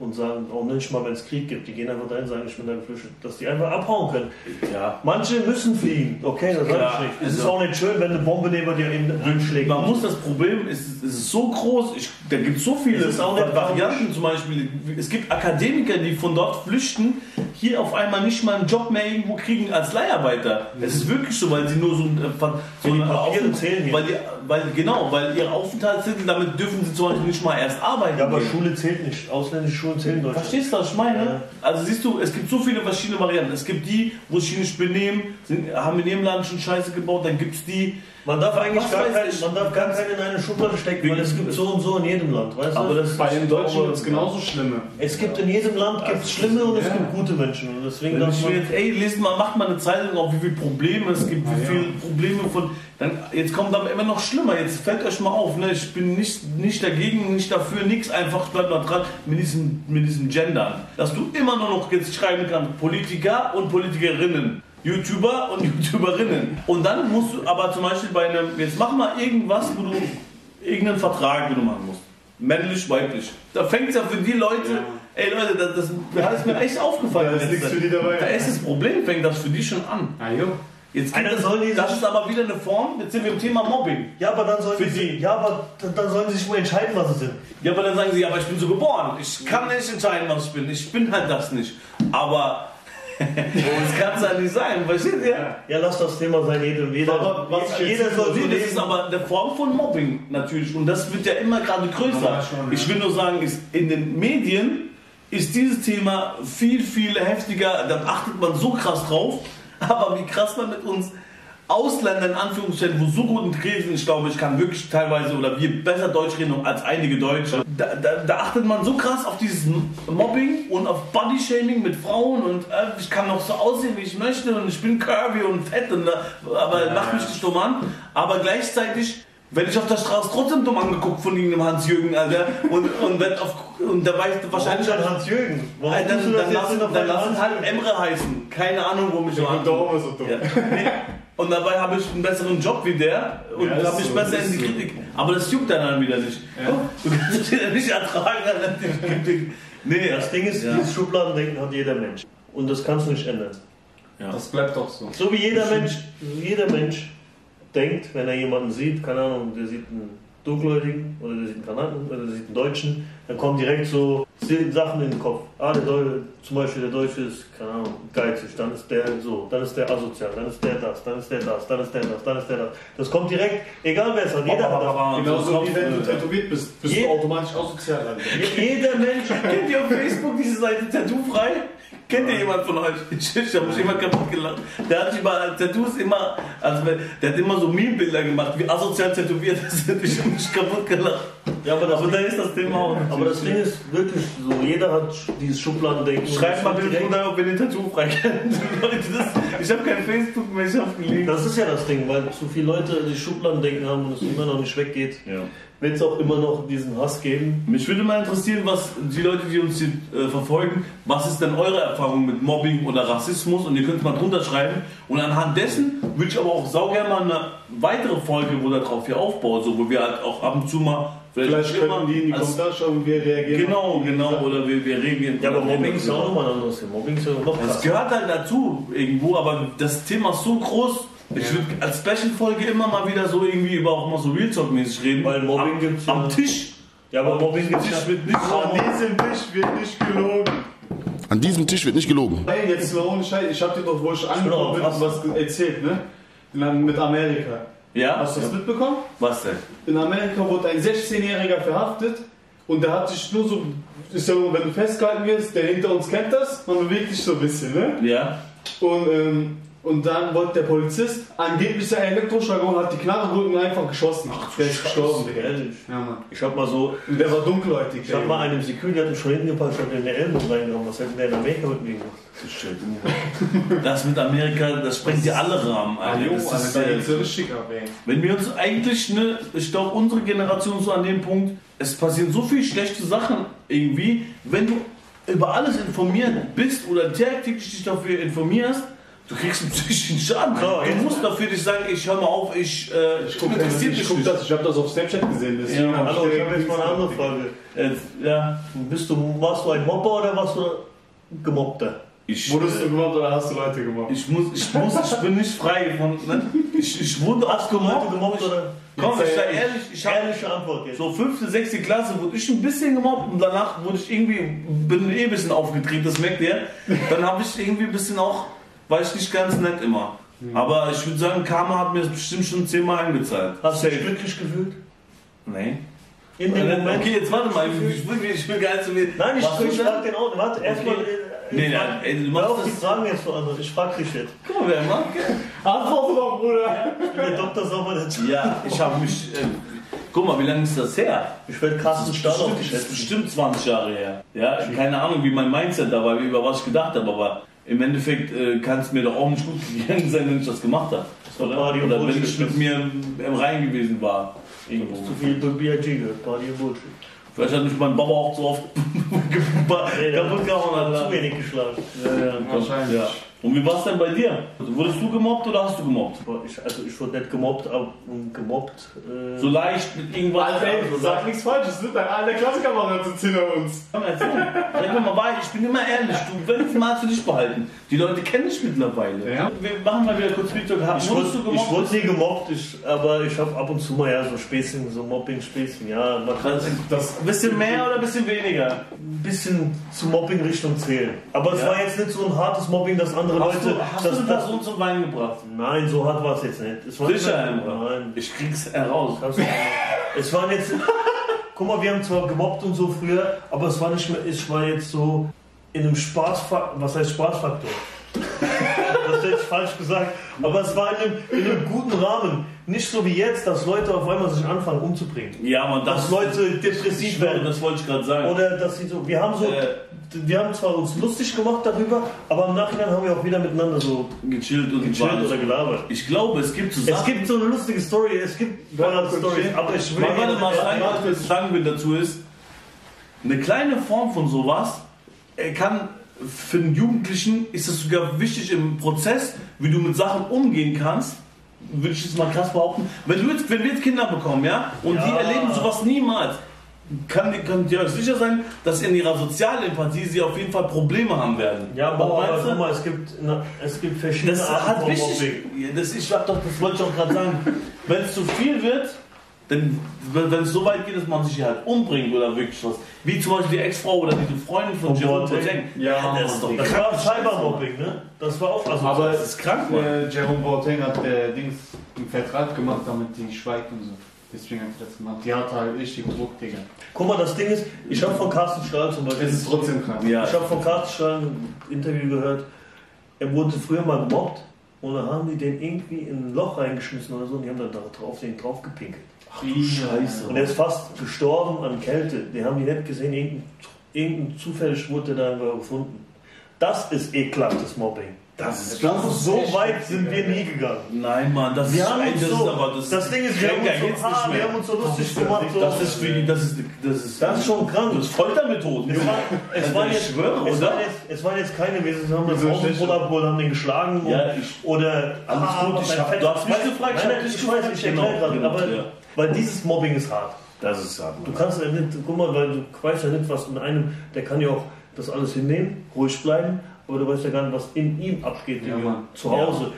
Speaker 4: Und sagen, auch nicht mal, wenn es Krieg gibt, die gehen einfach dahin, sagen, ich bin da geflüchtet, dass die einfach abhauen können.
Speaker 3: Ja.
Speaker 4: Manche müssen fliegen, okay, das sage
Speaker 3: Klar,
Speaker 4: ich nicht. Es
Speaker 3: also-
Speaker 4: ist auch nicht schön, wenn eine Bombe neben dir in den Wind schlägt.
Speaker 3: Man muss das Problem, es ist, es ist so groß, ich, da gibt es so viele
Speaker 4: Es ist auch nicht
Speaker 3: Varianten zum Beispiel. Es gibt Akademiker, die von dort flüchten, hier auf einmal nicht mal einen Job mehr irgendwo kriegen als Leiharbeiter. Es ist wirklich so, weil sie nur so, ein, äh, von- so
Speaker 4: die
Speaker 3: eine
Speaker 4: Papiere
Speaker 3: Aufent-
Speaker 4: zählen hier.
Speaker 3: weil, die, weil Genau, weil ihre Aufenthaltstitel, damit dürfen sie zum Beispiel nicht mal erst arbeiten.
Speaker 4: ja, aber
Speaker 3: gehen.
Speaker 4: Schule zählt nicht, ausländische Schulen zählen in Deutschland.
Speaker 3: Verstehst du, was ich meine?
Speaker 4: Ja.
Speaker 3: Also siehst du, es gibt so viele verschiedene Varianten. Es gibt die, wo sie nicht benehmen, sind, haben in ihrem Land schon Scheiße gebaut, dann gibt es die,
Speaker 4: Man darf eigentlich
Speaker 3: Was
Speaker 4: gar
Speaker 3: weiß
Speaker 4: keinen,
Speaker 3: ich?
Speaker 4: man darf gar keinen in eine Schublade stecken, weil es gibt so und so in jedem Land, weißt
Speaker 3: Aber
Speaker 4: du?
Speaker 3: das-
Speaker 2: Bei den Deutschen
Speaker 3: Aber-
Speaker 2: gibt es genauso schlimme.
Speaker 4: Es gibt in jedem Land gibt's schlimme und es
Speaker 2: ja.
Speaker 4: gibt gute Menschen und deswegen
Speaker 3: Also, Wenn
Speaker 4: darf
Speaker 3: ich mir
Speaker 4: man.
Speaker 3: jetzt, ey, lest mal, macht mal eine Zeitung auf, wie viele Probleme es gibt, wie
Speaker 2: ja.
Speaker 3: viele Probleme von. Dann, jetzt kommt aber immer noch schlimmer, jetzt fällt euch mal auf, ne? Ich bin nicht, nicht dagegen, nicht dafür, nichts einfach, ich bleib mal dran mit diesem, mit diesem Gendern. Dass du immer nur noch jetzt schreiben kannst, Politiker und Politikerinnen. YouTuber und YouTuberinnen. Und dann musst du aber zum Beispiel bei einem, jetzt mach mal irgendwas, wo du, irgendeinen Vertrag, wo du machen musst. Männlich, weiblich. Da fängt es ja für die Leute,
Speaker 2: Ja.
Speaker 3: ey Leute, das, das, das ist mir echt aufgefallen.
Speaker 2: Da ist nichts für die dabei.
Speaker 3: Da ist das Problem, fängt das für die schon an.
Speaker 2: Ah, jo.
Speaker 3: Jetzt
Speaker 4: Einer
Speaker 3: gibt es,
Speaker 4: soll die-
Speaker 3: das ist aber wieder eine Form, jetzt sind wir im Thema Mobbing.
Speaker 4: Ja, aber dann sollen
Speaker 3: Für
Speaker 4: sie,
Speaker 3: die.
Speaker 4: ja, aber dann, dann sollen sie sich mal entscheiden, was sie sind.
Speaker 3: Ja, aber dann sagen sie, aber ich bin so geboren. Ich kann nicht entscheiden, was ich bin. Ich bin halt das nicht. Aber das kann es halt nicht sein, versteht ihr?
Speaker 4: Ja, lass das Thema sein, jeder, jeder,
Speaker 2: Aber was ich jetzt
Speaker 4: jeder soll so
Speaker 3: Nee, das ist
Speaker 4: leben.
Speaker 3: aber eine Form von Mobbing natürlich und das wird ja immer gerade größer.
Speaker 2: Aber schon, ja.
Speaker 3: Ich will nur sagen, ist in den Medien ist dieses Thema viel, viel heftiger, da achtet man so krass drauf, aber wie krass man mit uns Ausländern in Anführungsstrichen, wo so gut integriert sind, ich glaube, ich kann wirklich teilweise oder wir besser Deutsch reden als einige Deutsche, da, da, da achtet man so krass auf dieses Mobbing und auf Bodyshaming mit Frauen und äh, ich kann noch so aussehen, wie ich möchte und ich bin curvy und fett, und, äh, aber
Speaker 2: Ja,
Speaker 3: mach
Speaker 2: ja.
Speaker 3: mich nicht dumm an, aber gleichzeitig werde ich auf der Straße trotzdem dumm angeguckt von irgendeinem Hans-Jürgen, Alter. Und, und, wenn auf, und da weißt du
Speaker 4: Wahrscheinlich
Speaker 3: wahrscheinlich...
Speaker 4: hat Hans-Jürgen. Warum
Speaker 3: Alter,
Speaker 4: tust
Speaker 3: dann,
Speaker 4: du das
Speaker 3: dann,
Speaker 4: jetzt
Speaker 3: lassen,
Speaker 4: noch
Speaker 3: dann lassen halt Emre heißen. Keine Ahnung, wo mich
Speaker 2: Der
Speaker 3: jemand
Speaker 2: wird doch auch mal so dumm.
Speaker 3: ja. Nee. Und dabei habe ich einen besseren Job wie der und
Speaker 2: Ja, ist
Speaker 3: habe mich
Speaker 2: so,
Speaker 3: besser
Speaker 2: ist
Speaker 3: in die
Speaker 2: so.
Speaker 3: Kritik. Aber das juckt dann, dann wieder nicht. Guck, Du kannst es wieder nicht ertragen, dann die Kritik. Nee,
Speaker 4: Das Ding ist,
Speaker 3: Ja.
Speaker 4: dieses Schubladendenken hat jeder Mensch. Und das kannst du nicht ändern.
Speaker 2: Das bleibt doch so.
Speaker 4: So wie jeder Mensch, jeder Mensch denkt, wenn er jemanden sieht, keine Ahnung, der sieht einen Dunkelhäutigen oder der sieht einen Kanaken oder der sieht einen Deutschen, dann kommen direkt so zehn Sachen in den Kopf. Ah, der Deutsche, zum Beispiel der Deutsche ist, keine Ahnung, geizig, dann ist der so, dann ist der asozial, dann ist der das, dann ist der das, dann ist der das, dann ist der das. Das kommt direkt, egal wer es hat, jeder hat das.
Speaker 2: Genauso Genau wie wenn du
Speaker 3: Kennt
Speaker 2: tätowiert bist, bist
Speaker 4: Je-
Speaker 2: du automatisch asozial. Alter.
Speaker 4: Jeder Mensch
Speaker 3: ihr auf Facebook diese Seite Tattoo-frei? Kennt ihr jemand von euch? Ich, ich habe mich immer kaputt gelacht. Der hat über Tattoos immer, also der hat immer so Meme-Bilder gemacht, wie asozial tätowiert das sind. Ich habe mich kaputt gelacht.
Speaker 4: Ja, aber Also das,
Speaker 3: Aber da ist das Thema auch.
Speaker 4: aber das Ding ist wirklich so, jeder hat dieses Schubladendenken.
Speaker 3: Schreibt mal bitte
Speaker 4: Direkt-
Speaker 3: runter, ob ihr den Tattoo frei kennt. Leute, das, ich habe kein Facebook mehr, ich habe gelesen.
Speaker 4: Das ist ja das Ding, weil zu viele Leute die Schubladendenken haben und es immer noch nicht weggeht.
Speaker 3: Ja.
Speaker 4: Wird es auch immer noch diesen Hass geben?
Speaker 3: Mich würde mal interessieren, was die Leute, die uns hier äh, verfolgen, was ist denn eure Erfahrung mit Mobbing oder Rassismus? Und ihr könnt mal drunter schreiben. Und anhand dessen würde ich aber auch saugern mal eine weitere Folge, wo darauf hier aufbaut, so, wo wir halt auch ab und zu mal
Speaker 2: Vielleicht
Speaker 3: nicht immer
Speaker 2: können die in die
Speaker 3: als-
Speaker 2: Kommentare schauen und wir reagieren.
Speaker 3: Genau, genau, oder wir, wir regeln.
Speaker 4: auch nochmal anderes Thema. Mobbing ist ja noch
Speaker 3: Das
Speaker 4: krass.
Speaker 3: gehört halt dazu irgendwo, aber das Thema ist so groß. Ich würde als Special-Folge immer mal wieder so irgendwie über auch mal so Real Talk-mäßig reden.
Speaker 4: Weil Mobbing
Speaker 3: am,
Speaker 4: gibt's ja-
Speaker 3: Am Tisch.
Speaker 4: Ja, aber Mobbing
Speaker 3: Am
Speaker 4: gibt's
Speaker 3: Tisch
Speaker 4: ja.
Speaker 3: wird nicht
Speaker 2: An diesem Tisch wird nicht gelogen.
Speaker 5: An diesem Tisch wird nicht gelogen.
Speaker 2: Nein, jetzt mal ohne Scheiß. Ich hab dir doch, wo ich
Speaker 4: auch
Speaker 2: angekommen bin,
Speaker 4: krass.
Speaker 2: Genau, was ge- erzählt, ne? In, Am- mit Amerika.
Speaker 3: Ja?
Speaker 2: Hast du das mitbekommen?
Speaker 3: Was denn?
Speaker 2: In Amerika wurde ein 16-Jähriger verhaftet und der hat sich nur so, ich sag mal, wenn du festgehalten wirst, der hinter uns kennt das, man bewegt dich so ein bisschen, ne?
Speaker 3: Ja?
Speaker 2: Und, ähm, und dann wollte der Polizist, angeblich der Elektroschlagron hat die Knarre geholt und einfach geschossen. Ach, der ist gestorben, Digga.
Speaker 4: Ehrlich.
Speaker 2: Ja, Mann.
Speaker 4: Ich hab mal so,
Speaker 2: Und der war dunkelhäutig.
Speaker 4: ich hab
Speaker 2: ey.
Speaker 4: mal einen Security, der hat mich schon hingepackt, ich hab in den Ellbogen reingenommen. Was hätten der in Amerika mit mir gemacht?
Speaker 3: Das mit Amerika, das sprengt ja alle Rahmen.
Speaker 4: Ah,
Speaker 3: Alter.
Speaker 2: Jo,
Speaker 4: also
Speaker 3: Das ist,
Speaker 2: Alter,
Speaker 3: äh,
Speaker 2: jetzt so richtig ab, ey.
Speaker 3: Wenn wir uns eigentlich, ne, ich glaube, unsere Generation so an dem Punkt, es passieren so viele schlechte Sachen irgendwie, wenn du über alles informiert bist oder täglich dich dafür informierst, du kriegst einen psychischen Schaden.
Speaker 4: Klar,
Speaker 3: du
Speaker 4: jetzt-
Speaker 3: musst dafür dich sagen, ich hör mal auf, ich, äh,
Speaker 2: Ich guck, das, ich guck das, ich hab das auf Snapchat gesehen. Deswegen
Speaker 3: Ja,
Speaker 2: hab
Speaker 4: Hallo, ich
Speaker 2: direkt
Speaker 4: hab jetzt mal eine andere Frage.
Speaker 3: Äh, ja,
Speaker 4: Bist du, warst du ein Mobber oder warst du ein Gemobbter?
Speaker 3: ich, äh,
Speaker 2: Wurdest du gemobbt oder hast du Leute gemobbt?
Speaker 3: ich muss, ich muss, ich bin nicht frei von, ne? ich, ich wurde auch
Speaker 4: Leute
Speaker 3: gemobbt.
Speaker 4: gemobbt oder?
Speaker 3: Komm, ich
Speaker 2: Jetzt,
Speaker 3: sag
Speaker 2: äh,
Speaker 3: ehrlich, ich hab
Speaker 4: Ehrliche Antwort jetzt.
Speaker 3: So fünfte, sechste Klasse wurde ich ein bisschen gemobbt und danach wurde ich irgendwie, bin eh ein bisschen aufgetrieben, das merkt ihr. Dann habe ich irgendwie ein bisschen auch, war ich nicht ganz nett immer.
Speaker 4: Hm.
Speaker 3: Aber ich würde sagen, Karma hat mir das bestimmt schon zehnmal angezahlt.
Speaker 4: Hast du dich glücklich gefühlt?
Speaker 3: Nee.
Speaker 4: In dem Moment?
Speaker 3: Äh, Okay, jetzt warte mal, ich will, ich will gar nicht so viel.
Speaker 4: Nein, ich,
Speaker 3: Warst du
Speaker 4: ich
Speaker 3: da?
Speaker 4: frag den auch. genau. Warte, erstmal.
Speaker 3: Okay.
Speaker 4: äh,
Speaker 3: Nee,
Speaker 4: ich
Speaker 3: nein,
Speaker 4: frag-
Speaker 3: ey, du
Speaker 4: Hör
Speaker 3: machst
Speaker 4: auf, die
Speaker 3: das-
Speaker 4: Fragen jetzt so anders. Ich frag dich jetzt.
Speaker 3: Guck mal, wer mag.
Speaker 2: Antwort doch, Bruder!
Speaker 4: Ich bin der Dr. Sommer der Tür.
Speaker 3: Ja, ich habe mich. Äh, guck mal, wie lange ist das her?
Speaker 4: Ich werde Carsten Stahl
Speaker 3: Bestimmt- das ist
Speaker 4: aufgeschätzt.
Speaker 3: bestimmt 20 Jahre her. Ja, keine Ahnung, wie mein Mindset da war, wie- über was ich gedacht habe, aber im Endeffekt äh, kann es mir doch auch nicht gut gegangen sein, wenn ich das gemacht habe.
Speaker 4: war
Speaker 3: Oder,
Speaker 4: Party und
Speaker 3: oder wenn ich
Speaker 4: Bullshit.
Speaker 3: mit mir im, im Rhein gewesen war. Irgendwo.
Speaker 4: Zu viel B.I.G. gehört, Party and Bullshit.
Speaker 3: Vielleicht hat mich mein Baba auch zu oft
Speaker 4: Nee, der
Speaker 3: kaputt gehauen.
Speaker 4: Zu
Speaker 3: Alter.
Speaker 4: wenig geschlagen.
Speaker 3: Ja, ja, Gott,
Speaker 2: Wahrscheinlich.
Speaker 3: Ja. Und wie war es denn bei dir? Wurdest du gemobbt oder hast du gemobbt?
Speaker 4: Boah, ich, also ich wurde nicht gemobbt, aber mm, gemobbt. Äh,
Speaker 3: So leicht mit irgendwas.
Speaker 2: Also, ey, sag nichts Falsches, ne? Dein alter Klassenkamerad sitzt hinter uns.
Speaker 3: Komm, erzähl. Sag mir mal, weil ich bin immer ehrlich, du willst mal für dich behalten. Die Leute kennen dich mittlerweile.
Speaker 2: Ja.
Speaker 3: Wir machen mal wieder kurz Video gehabt.
Speaker 4: Ich
Speaker 3: Wurdest
Speaker 4: wurde,
Speaker 3: du
Speaker 4: ich
Speaker 3: gemobbt?
Speaker 4: wurde nie gemobbt, ich, aber ich habe ab und zu mal ja so Späßchen, so Mobbing-Späßchen, ja, man kann
Speaker 3: Also,
Speaker 4: es ein
Speaker 2: Das,
Speaker 3: Ein bisschen mehr oder ein bisschen weniger?
Speaker 4: bisschen zu Mobbing-Richtung zählen. Aber es
Speaker 3: Ja.
Speaker 4: war jetzt nicht so ein hartes Mobbing, dass andere
Speaker 3: Hast
Speaker 4: Leute.
Speaker 3: du, hast
Speaker 4: dass,
Speaker 3: du eine
Speaker 4: dass-
Speaker 3: Person zum Weinen gebracht?
Speaker 4: nein, so hart war es jetzt nicht. Es war
Speaker 3: Sicher,
Speaker 4: nicht, nein.
Speaker 3: Ich krieg's heraus.
Speaker 4: Kannst du- es waren jetzt. Guck mal, wir haben zwar gemobbt und so früher, aber es war nicht mehr. Ich war jetzt so in einem Spaßfaktor. Was heißt Spaßfaktor? Das hätte ich falsch gesagt. Aber es war in einem, in einem guten Rahmen. Nicht so wie jetzt, dass Leute auf einmal sich anfangen umzubringen.
Speaker 3: Ja, man,
Speaker 4: Dass
Speaker 3: das,
Speaker 4: Leute
Speaker 3: ich
Speaker 4: depressiv
Speaker 3: schwöre,
Speaker 4: werden.
Speaker 3: das wollte ich gerade sagen.
Speaker 4: Oder dass sie so. Wir haben so.
Speaker 3: Äh.
Speaker 4: Wir haben zwar uns lustig gemacht darüber, aber im Nachhinein haben wir auch wieder miteinander so
Speaker 3: gechillt und
Speaker 4: gechillt
Speaker 3: gewartet.
Speaker 4: oder gelabert.
Speaker 3: Ich glaube, es gibt so
Speaker 4: Es gibt so eine lustige Story, es gibt
Speaker 2: Warte,
Speaker 4: Ballard Stories,
Speaker 2: kurz.
Speaker 4: aber ich will eh
Speaker 3: Warte, warte mal,
Speaker 4: Ja,
Speaker 3: rein, was ich sagen will dazu ist, eine kleine Form von sowas äh, kann für einen Jugendlichen ist es sogar wichtig im Prozess, wie du mit Sachen umgehen kannst. Würde ich jetzt mal krass behaupten. Wenn, du jetzt, wenn wir jetzt Kinder bekommen, ja, und die
Speaker 4: Ja.
Speaker 3: erleben sowas niemals, kann, kann dir euch sicher sein, dass in ihrer Sozialempathie sie auf jeden Fall Probleme haben werden.
Speaker 4: Ja, aber, aber
Speaker 3: Weißt du?
Speaker 4: guck mal, es gibt, na, es gibt verschiedene
Speaker 3: Das
Speaker 4: Arten
Speaker 3: hat
Speaker 4: von
Speaker 3: wichtig.
Speaker 4: Mobbing.
Speaker 3: Ja, das, ich hab doch, das wollte ich auch gerade sagen. Wenn es zu viel wird, dann, wenn wenn es so weit geht, dass man sich hier halt umbringt oder wirklich was. Wie zum Beispiel die Ex-Frau oder diese Freundin von Jerome
Speaker 4: Boateng.
Speaker 3: Boateng.
Speaker 2: Ja,
Speaker 3: das ist doch
Speaker 4: Das
Speaker 3: krank.
Speaker 4: war Cybermobbing, ne? Das war auch also
Speaker 2: Aber
Speaker 3: Das ist krank, Mann.
Speaker 2: äh, Jerome Boateng hat äh, Dings einen Vertrag gemacht, damit die schweigt und so. Deswegen habe ich das gemacht. Die hat halt richtig Druck, Digga.
Speaker 4: Guck mal, das Ding ist, ich habe von Carsten Stahl zum Beispiel,
Speaker 2: Es ist trotzdem krass.
Speaker 3: Ja.
Speaker 4: ich habe von Carsten Stahl ein Interview gehört, er wurde früher mal gemobbt und dann haben die den irgendwie in ein Loch reingeschmissen oder so und die haben dann da drauf, den drauf gepinkelt.
Speaker 2: Ach, du Scheiße.
Speaker 4: Und er ist fast gestorben an Kälte. Die haben die nicht gesehen, irgendein, irgendein zufällig wurde der da gefunden. Das ist eklatantes Mobbing.
Speaker 3: Das ist
Speaker 2: Das ist
Speaker 4: So
Speaker 2: echt
Speaker 4: weit
Speaker 2: heftig,
Speaker 4: sind wir
Speaker 2: Alter.
Speaker 4: nie gegangen.
Speaker 3: Nein, Mann, das
Speaker 4: Wir
Speaker 3: ist
Speaker 4: haben
Speaker 3: ein-
Speaker 4: uns
Speaker 3: das
Speaker 4: so,
Speaker 3: ist aber das,
Speaker 4: das Ding ist, wir haben,
Speaker 3: kränker
Speaker 4: uns
Speaker 3: geht's
Speaker 4: so, ah,
Speaker 3: nicht
Speaker 4: wir
Speaker 3: mehr.
Speaker 4: haben uns so lustig gemacht. So.
Speaker 3: das ist wie, das ist, das ist,
Speaker 4: Das ist schon krank.
Speaker 3: Das ist Foltermethoden.
Speaker 4: Es, war, es, waren
Speaker 3: Also ich
Speaker 4: jetzt,
Speaker 3: schwöre,
Speaker 4: es,
Speaker 3: oder?
Speaker 4: waren jetzt, es waren jetzt keine Wesen, die haben das
Speaker 2: Wieso schlecht?
Speaker 4: Augenbrot abgeholt, haben den geschlagen. und-
Speaker 3: Ja, ich-
Speaker 4: oder.
Speaker 3: Alles gut, ich
Speaker 4: mein
Speaker 3: hab-
Speaker 4: Fett-
Speaker 3: du hast mich
Speaker 4: Weißt-
Speaker 3: gefragt, ich
Speaker 4: Nein,
Speaker 3: hab
Speaker 4: nein,
Speaker 3: dich
Speaker 4: ich weiß,
Speaker 3: gefragt,
Speaker 4: ich
Speaker 3: genau,
Speaker 4: erkläre gerade.
Speaker 3: genau,
Speaker 4: Aber,
Speaker 3: ja.
Speaker 4: Weil dieses Mobbing ist hart.
Speaker 3: Das ist halt hart,
Speaker 4: Du
Speaker 3: Mann.
Speaker 4: kannst ja nicht, guck mal, weil du weißt ja nicht, was in einem, der kann ja auch das alles hinnehmen, ruhig bleiben, aber du weißt ja gar nicht, was in ihm abgeht,
Speaker 2: Ja,
Speaker 4: Junge,
Speaker 2: Mann.
Speaker 4: zu Hause.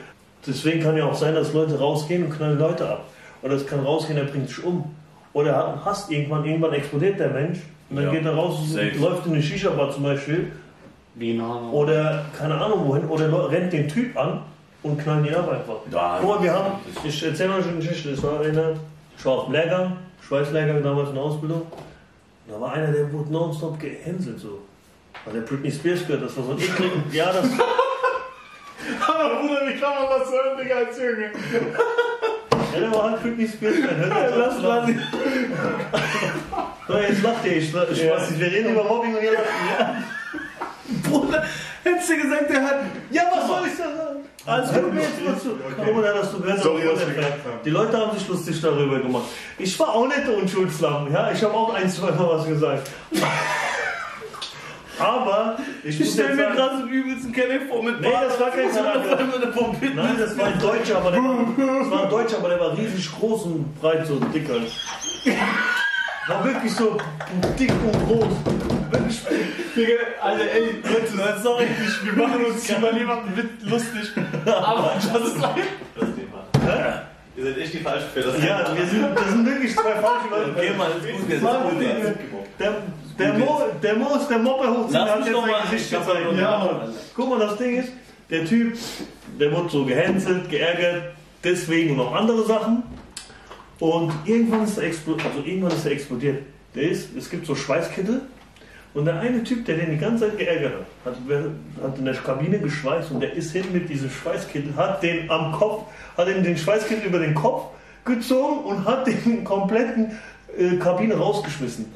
Speaker 4: Deswegen kann ja auch sein, dass Leute rausgehen und knallen Leute ab. Oder es kann rausgehen, er bringt sich um. Oder er hat einen Hass irgendwann, irgendwann explodiert der Mensch und dann
Speaker 3: Ja.
Speaker 4: geht er raus und
Speaker 3: Safe.
Speaker 4: läuft in eine Shisha-Bar zum Beispiel
Speaker 2: Wie nah.
Speaker 4: oder keine Ahnung wohin oder le- rennt den Typ an und knallen ihn ab einfach.
Speaker 3: Ja,
Speaker 4: Guck mal, wir haben, ich erzähle euch eine Geschichte, es war einer, ich war auf dem Lehrgang, Schweißlehrgang damals in der Ausbildung, da war einer, der wurde nonstop gehänselt so. Weil der Britney Spears gehört, das war so ein eklig. Ja, das,
Speaker 2: Aber Bruder, wie kann man das hören, Digga, als Junge?
Speaker 4: ja, der war halt Britney Spears. Fan. Hört jetzt auf zu lachen. So, jetzt lacht ihr, ich, ich
Speaker 2: Ja.
Speaker 4: weiß nicht, wir reden über Mobbing und ihr lacht.
Speaker 3: Bruder, hättest du gesagt, der hat.
Speaker 4: Ja, was soll ich da sagen? Alles gut, mir jetzt mal zu. Guck mal, da hast du gehört,
Speaker 2: Sorry,
Speaker 4: aber
Speaker 2: dass wir
Speaker 4: der-
Speaker 2: gelacht haben.
Speaker 4: Die Leute haben sich lustig darüber gemacht. Ich war auch nicht der Unschuldsflammen, ja? Ich habe auch ein, zwei Mal was gesagt. Aber ich,
Speaker 3: Ich
Speaker 4: muss
Speaker 3: stell
Speaker 4: jetzt
Speaker 3: mir
Speaker 4: sagen,
Speaker 3: gerade so einen übelsten Kevin vor mit
Speaker 4: Nee, das war kein Charakter. nein, das war ein Deutscher, aber der war, das war ein Deutscher, aber der war riesig groß und breit, so dick halt. War wirklich so dick und groß. Wirklich
Speaker 2: Digga, Alter, ey, Leute,
Speaker 3: Nein, sorry.
Speaker 2: wir machen uns über niemanden mit lustig. Aber das ist einfach.
Speaker 6: Ihr seid echt die falschen für das.
Speaker 4: Ja, wir sind, das sind wirklich zwei falsche Leute.
Speaker 3: Okay, Mann, ist gut, jetzt ist
Speaker 4: Mann,
Speaker 3: gut, jetzt ist gut.
Speaker 4: Der, der, Mo, der Mo ist der Mopper hochziehen,
Speaker 3: Lass
Speaker 4: hat
Speaker 3: mich
Speaker 4: jetzt
Speaker 3: doch mal
Speaker 4: sein Gesicht
Speaker 3: ich hab
Speaker 4: gezeigt.
Speaker 3: mal-
Speaker 4: Ja, Mann. Guck mal, das Ding ist, der Typ, der wurde so gehänselt, geärgert, deswegen und auch andere Sachen. Und irgendwann ist er explodiert, also irgendwann ist er explodiert. Der ist, es gibt so Schweißkittel und der eine Typ, der den die ganze Zeit geärgert hat, hat, hat in der Kabine geschweißt und der ist hin mit diesem Schweißkittel, hat den am Kopf, hat ihm den Schweißkittel über den Kopf gezogen und hat den kompletten äh, Kabine rausgeschmissen.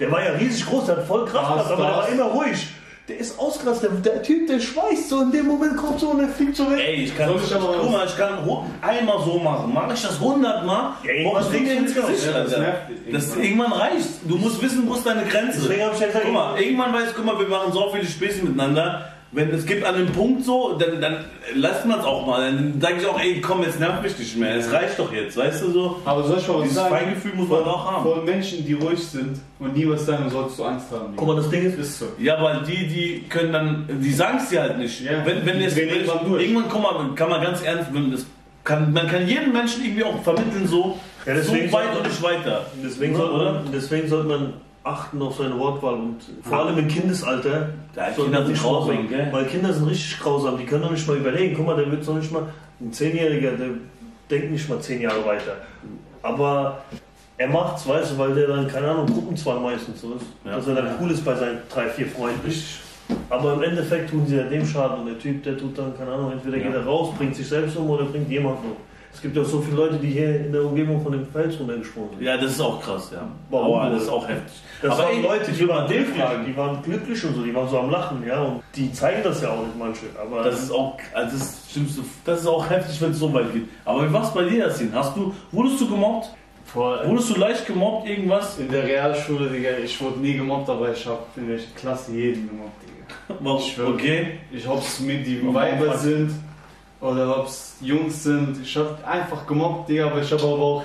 Speaker 4: Der war ja riesig groß, der hat voll Kraft
Speaker 2: Was,
Speaker 4: gehabt, aber der
Speaker 2: was?
Speaker 4: war immer ruhig. Der ist ausgerastet, der, der Typ, der schweißt so, in dem Moment kommt so und der fliegt so weg.
Speaker 3: Ey, ich kann,
Speaker 2: Soll ich aber-
Speaker 3: guck mal, ich kann hu- einmal so machen. Mach ich das hundertmal,
Speaker 4: Ja, irgendwann
Speaker 3: bockst du
Speaker 4: kriegst
Speaker 3: mir
Speaker 4: du
Speaker 3: ins
Speaker 4: das
Speaker 3: Gesicht,
Speaker 2: raus. Ja, das
Speaker 3: Alter.
Speaker 2: nervt irgendwann.
Speaker 3: Das irgendwann reicht. Du musst wissen, wo ist deine Grenze.
Speaker 4: Deswegen hab ich ja gesagt,
Speaker 3: guck mal, irgendwann weiß, guck mal, wir machen so viele Späße miteinander. Wenn es gibt an einem Punkt so, dann, dann lässt man es auch mal. Dann sage ich auch, ey, komm, jetzt nervt mich nicht mehr. Es reicht doch jetzt, weißt du so.
Speaker 2: Aber soll ich mal was
Speaker 3: Dieses
Speaker 2: sagen?
Speaker 3: Feingefühl muss man auch haben.
Speaker 2: Vor Menschen, die ruhig sind und nie was sagen, solltest du Angst haben.
Speaker 4: Guck mal, das Ding ist,
Speaker 2: Ist so.
Speaker 3: Ja, aber die, die können dann, die sagen es dir halt nicht.
Speaker 2: Ja,
Speaker 3: wenn, wenn
Speaker 2: die
Speaker 3: jetzt,
Speaker 2: drehen irgendwann durch.
Speaker 3: irgendwann kann man, kann man ganz ernst, wenn das kann, man kann jedem Menschen irgendwie auch vermitteln, so,
Speaker 4: Ja,
Speaker 3: so
Speaker 4: deswegen
Speaker 3: weit
Speaker 4: so-
Speaker 3: und nicht weiter.
Speaker 4: deswegen
Speaker 3: Oder?
Speaker 4: sollte, man, deswegen sollte man achten auf seine Wortwahl und vor allem im Kindesalter.
Speaker 3: Ja,
Speaker 4: sollte
Speaker 3: Kinder
Speaker 4: man
Speaker 3: sind
Speaker 4: nicht
Speaker 3: grausam,
Speaker 4: machen.
Speaker 3: gell?
Speaker 4: Weil Kinder sind richtig grausam, die können doch nicht mal überlegen. Guck mal, der wird doch nicht mal, ein Zehnjähriger, der denkt nicht mal zehn Jahre weiter. Aber er macht's, weißt du, weil der dann, keine Ahnung, Gruppenzwang meistens so ist.
Speaker 3: Ja.
Speaker 4: Dass er dann cool ist bei seinen drei, vier Freunden. Aber im Endeffekt tun sie ja dem Schaden. Und der Typ, der tut dann, keine Ahnung, entweder geht er raus, bringt sich selbst um oder bringt jemanden um. Es gibt ja so viele Leute, die hier in der Umgebung von dem Fels runtergesprungen sind.
Speaker 3: Ja, das ist auch krass, ja.
Speaker 4: Warum
Speaker 3: Aber
Speaker 4: wohl?
Speaker 3: das ist auch heftig.
Speaker 4: Das
Speaker 3: aber
Speaker 4: waren
Speaker 3: ey,
Speaker 4: Leute,
Speaker 3: ich
Speaker 4: die
Speaker 3: will
Speaker 4: waren
Speaker 3: mal den fragen.
Speaker 4: glücklich, die waren glücklich und so, die waren so am Lachen, ja. Und die zeigen das ja auch nicht manche. Aber
Speaker 3: Das ist auch, also das ist das Schlimmste, das ist auch heftig, wenn es so weit geht. Aber wie war's bei dir, Yasin? Hast du, wurdest du gemobbt?
Speaker 2: Vor,
Speaker 3: Wurdest du leicht gemobbt, irgendwas?
Speaker 2: in der Realschule, Digga, ich wurde nie gemobbt, aber ich hab in der Klasse jeden gemobbt, Digga. Ich schwöre.
Speaker 3: Okay.
Speaker 2: Ich ob's mit die Weiber sind oder ob's Jungs sind. Ich hab einfach gemobbt, Digga, aber ich hab aber auch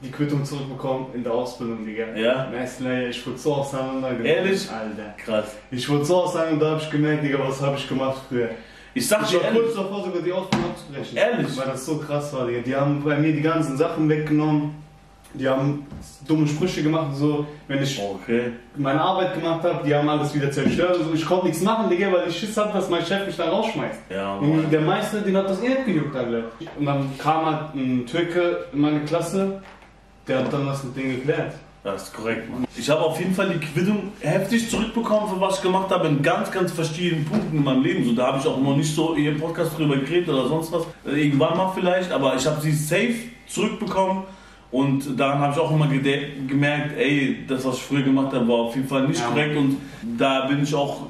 Speaker 2: die Quittung zurückbekommen in der Ausbildung, Digga.
Speaker 3: Ja.
Speaker 2: Im ersten Lehrjahr, ich wurde so auseinandergenommen.
Speaker 3: Ehrlich?
Speaker 2: Alter.
Speaker 3: Krass.
Speaker 2: Ich wurde so auseinander und da hab ich gemerkt, Digga, was hab ich gemacht früher.
Speaker 3: Ich sag
Speaker 2: Ich
Speaker 3: dir
Speaker 2: war
Speaker 3: ehrlich,
Speaker 2: kurz davor, sogar die Ausbildung abzubrechen.
Speaker 3: Ehrlich?
Speaker 2: Weil das so krass war, Digga. Die haben bei mir die ganzen Sachen weggenommen. Die haben dumme Sprüche gemacht und so. Wenn ich
Speaker 3: Okay.
Speaker 2: meine Arbeit gemacht habe, die haben alles wieder zerstört und so. Ich konnte nichts machen, Digga, weil ich Schiss hatte, dass mein Chef mich da rausschmeißt.
Speaker 3: Ja,
Speaker 2: Und
Speaker 3: Mann.
Speaker 2: der Meister, den hat das eh nicht gejuckt, alle. Und dann kam halt ein Türke in meine Klasse, der hat dann das mit denen geklärt.
Speaker 3: Das ist korrekt, Mann. Ich habe auf jeden Fall die Quittung heftig zurückbekommen, für was ich gemacht habe, in ganz, ganz verschiedenen Punkten in meinem Leben. So, da habe ich auch noch nicht so hier im Podcast drüber geredet oder sonst was. Äh, Irgendwann mal vielleicht, aber ich habe sie safe zurückbekommen. Und daran habe ich auch immer gede- gemerkt, ey, das, was ich früher gemacht habe, war auf jeden Fall nicht
Speaker 2: Ja.
Speaker 3: korrekt. Und da bin ich auch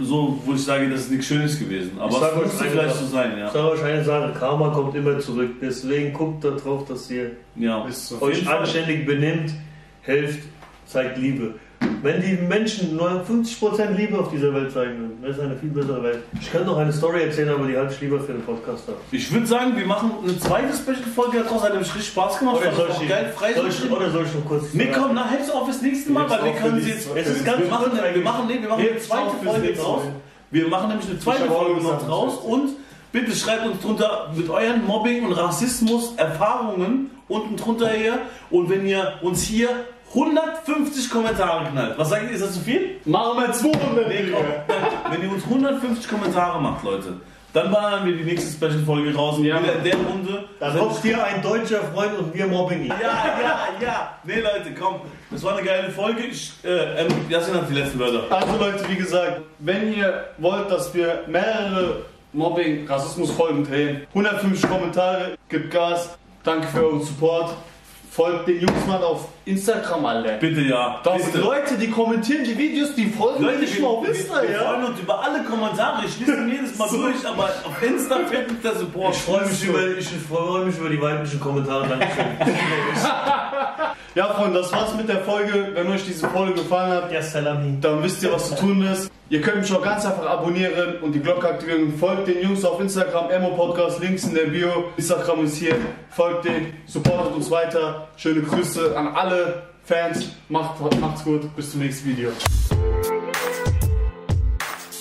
Speaker 3: so, wo ich sage, das ist nichts Schönes gewesen. Aber
Speaker 4: sag
Speaker 3: es
Speaker 4: euch
Speaker 3: musste
Speaker 4: eine
Speaker 3: vielleicht
Speaker 4: Sache.
Speaker 3: so sein,
Speaker 4: ich
Speaker 3: ja.
Speaker 4: sage euch eine Sache, Karma kommt immer zurück. Deswegen guckt da drauf, dass ihr
Speaker 3: ja.
Speaker 2: Ist so.
Speaker 3: Auf jeden
Speaker 4: euch
Speaker 3: Fall.
Speaker 4: anständig benimmt, helft, zeigt Liebe. Wenn die Menschen nur 50% Liebe auf dieser Welt zeigen würden, wäre es eine viel bessere Welt. Ich könnte noch eine Story erzählen, aber die halte ich lieber für den Podcast ab.
Speaker 3: Ich würde sagen, wir machen eine zweite Special-Folge daraus, hat nämlich richtig Spaß gemacht.
Speaker 4: Oder
Speaker 3: Fand ich
Speaker 4: soll
Speaker 3: auch
Speaker 4: ich,
Speaker 3: geil, frei
Speaker 4: soll ich, oder soll ich noch kurz...
Speaker 3: Nee, komm, na, heb's auf fürs nächste Mal,
Speaker 2: Heb's
Speaker 3: weil wir
Speaker 2: auf
Speaker 3: können
Speaker 2: für
Speaker 3: sie
Speaker 2: die-
Speaker 3: jetzt.
Speaker 2: für
Speaker 3: Es
Speaker 2: die-
Speaker 3: ist ganz
Speaker 4: wir machen
Speaker 3: kurz, wir
Speaker 4: eigentlich-
Speaker 3: machen, nee, wir machen eine
Speaker 2: Heb's auf
Speaker 3: zweite
Speaker 2: fürs
Speaker 3: Folge
Speaker 2: nächste
Speaker 3: draus.
Speaker 2: Mal.
Speaker 3: Wir machen nämlich eine zweite
Speaker 2: hab auch
Speaker 3: Folge
Speaker 2: gesagt,
Speaker 3: noch draus
Speaker 2: das heißt-
Speaker 3: und bitte schreibt uns drunter mit euren Mobbing- und Rassismus-Erfahrungen unten drunter her. Und wenn ihr uns hier 150 Kommentare knallt, was sagt ihr, ist das zu viel?
Speaker 2: Machen wir 200,
Speaker 3: Nee,
Speaker 2: Digga.
Speaker 3: komm. wenn ihr uns 150 Kommentare macht, Leute, dann ballern wir die nächste Special-Folge raus.
Speaker 2: Ja.
Speaker 3: Wieder in der Runde.
Speaker 4: Dann
Speaker 3: Wenn-
Speaker 4: hofft ihr ein deutscher Freund und wir mobben ihn.
Speaker 3: ja, ja, ja. Nee, Leute, komm. Das war eine geile Folge. Ich, äh, ähm, Jasin hat die letzten Wörter.
Speaker 2: Also Leute, wie gesagt, wenn ihr wollt, dass wir mehrere Mobbing, Rassismus Folgen drehen, 150 Kommentare, gibt Gas, danke für euren Support, folgt den Jungs mal auf Instagram, Alter.
Speaker 3: Bitte, ja.
Speaker 2: Da
Speaker 3: Bitte.
Speaker 2: sind Leute, die kommentieren die Videos, die folgen
Speaker 3: Leute,
Speaker 2: nicht
Speaker 3: wir,
Speaker 2: mal auf
Speaker 3: wir,
Speaker 2: Insta,
Speaker 3: wir
Speaker 2: ja?
Speaker 3: freuen uns über alle Kommentare. Ich lese mir jedes Mal durch, aber auf Insta fehlt uns der Support.
Speaker 4: Ich freue mich, über, ich freue mich über die weiblichen Kommentare. Dankeschön.
Speaker 2: Ja, Freunde, das war's mit der Folge. Wenn euch diese Folge gefallen hat,
Speaker 4: ja, Salami.
Speaker 2: dann wisst ihr, was zu tun ist. Ihr könnt mich auch ganz einfach abonnieren und die Glocke aktivieren. Folgt den Jungs auf Instagram, Emo Podcast, links in der Bio. Instagram ist hier. Folgt den, supportet uns weiter. Schöne Grüße an alle Fans. Macht, macht's gut. Bis zum nächsten Video.